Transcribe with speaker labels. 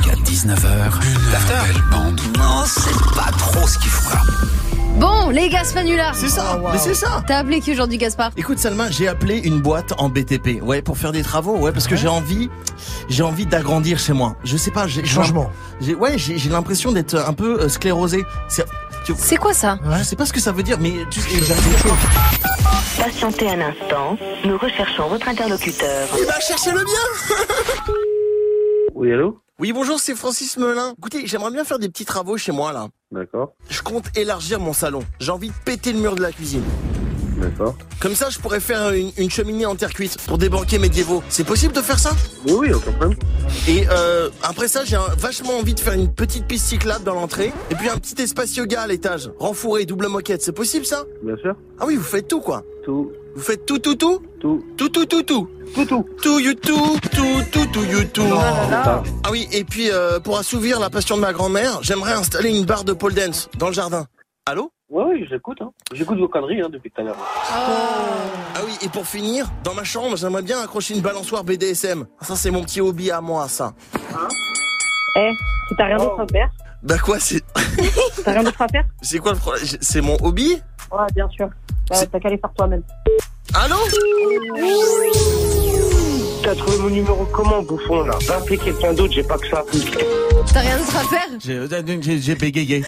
Speaker 1: 19h, la belle bande.
Speaker 2: Non, c'est pas trop ce qu'il faut là.
Speaker 3: Bon, les Gaspanulars.
Speaker 4: C'est ça, mais c'est ça.
Speaker 3: T'as appelé qui aujourd'hui, Gaspard
Speaker 4: Écoute Salma, j'ai appelé une boîte en BTP, ouais, pour faire des travaux, ouais, parce que j'ai envie, j'ai envie d'agrandir chez moi. Je sais pas, j'ai j'ai-
Speaker 5: Changement.
Speaker 4: j'ai- ouais, j'ai j'ai l'impression d'être un peu euh, sclérosé. C'est- tu-
Speaker 3: C'est quoi ça
Speaker 4: Je sais pas ce que ça veut dire, mais tu sais,
Speaker 6: Patientez un instant, nous recherchons votre interlocuteur.
Speaker 4: il va chercher Eh ben, le bien.
Speaker 7: Oui, allô
Speaker 4: Oui, bonjour, c'est Francis Melin. Écoutez, j'aimerais bien faire des petits travaux chez moi là.
Speaker 7: D'accord,
Speaker 4: Je compte élargir mon salon. J'ai envie de péter le mur de la cuisine.
Speaker 7: d'accord.
Speaker 4: Comme ça, je pourrais faire une, une cheminée en terre cuite pour des banquets médiévaux. C'est possible de faire ça
Speaker 7: Oui, oui, aucun problème.
Speaker 4: Et euh, après ça, j'ai un- vachement envie de faire une petite piste cyclable dans l'entrée. Et puis un petit espace yoga à l'étage. Renfouré, double moquette, c'est possible ça
Speaker 7: Bien sûr.
Speaker 4: Ah oui, vous faites tout quoi.
Speaker 7: Tout,
Speaker 4: Vous faites tout, tout, tout
Speaker 7: tout,
Speaker 4: Tout, tout, tout, tout
Speaker 7: tout, tout.
Speaker 4: Tout, you, tout, tout, tout, tout, you, tout.
Speaker 7: Ah,
Speaker 4: Ah oui, et puis euh, pour assouvir la passion de ma grand-mère, j'aimerais installer une barre de pole dance dans le jardin. Allô
Speaker 7: ouais, ouais, j'écoute. Hein. J'écoute vos conneries hein, depuis tout à l'heure.
Speaker 4: Ah oui, et pour finir, dans ma chambre, j'aimerais bien accrocher une balançoire BDSM. Ah, Ça, c'est mon petit hobby à moi, ça.
Speaker 8: Si t'as rien d'autre à faire,
Speaker 4: Bah quoi, c'est...
Speaker 8: t'as rien d'autre à faire
Speaker 4: C'est quoi le problème J'ai- C'est mon hobby
Speaker 8: Ouais, bien sûr. Bah,
Speaker 4: C'est-
Speaker 8: t'as qu'à les faire toi-même.
Speaker 4: Allô
Speaker 7: T'as trouvé mon numéro comment, bouffon, là Va appeler quelqu'un d'autre, j'ai pas que ça.
Speaker 3: T'as rien d'autre à faire
Speaker 4: J'ai bégayé.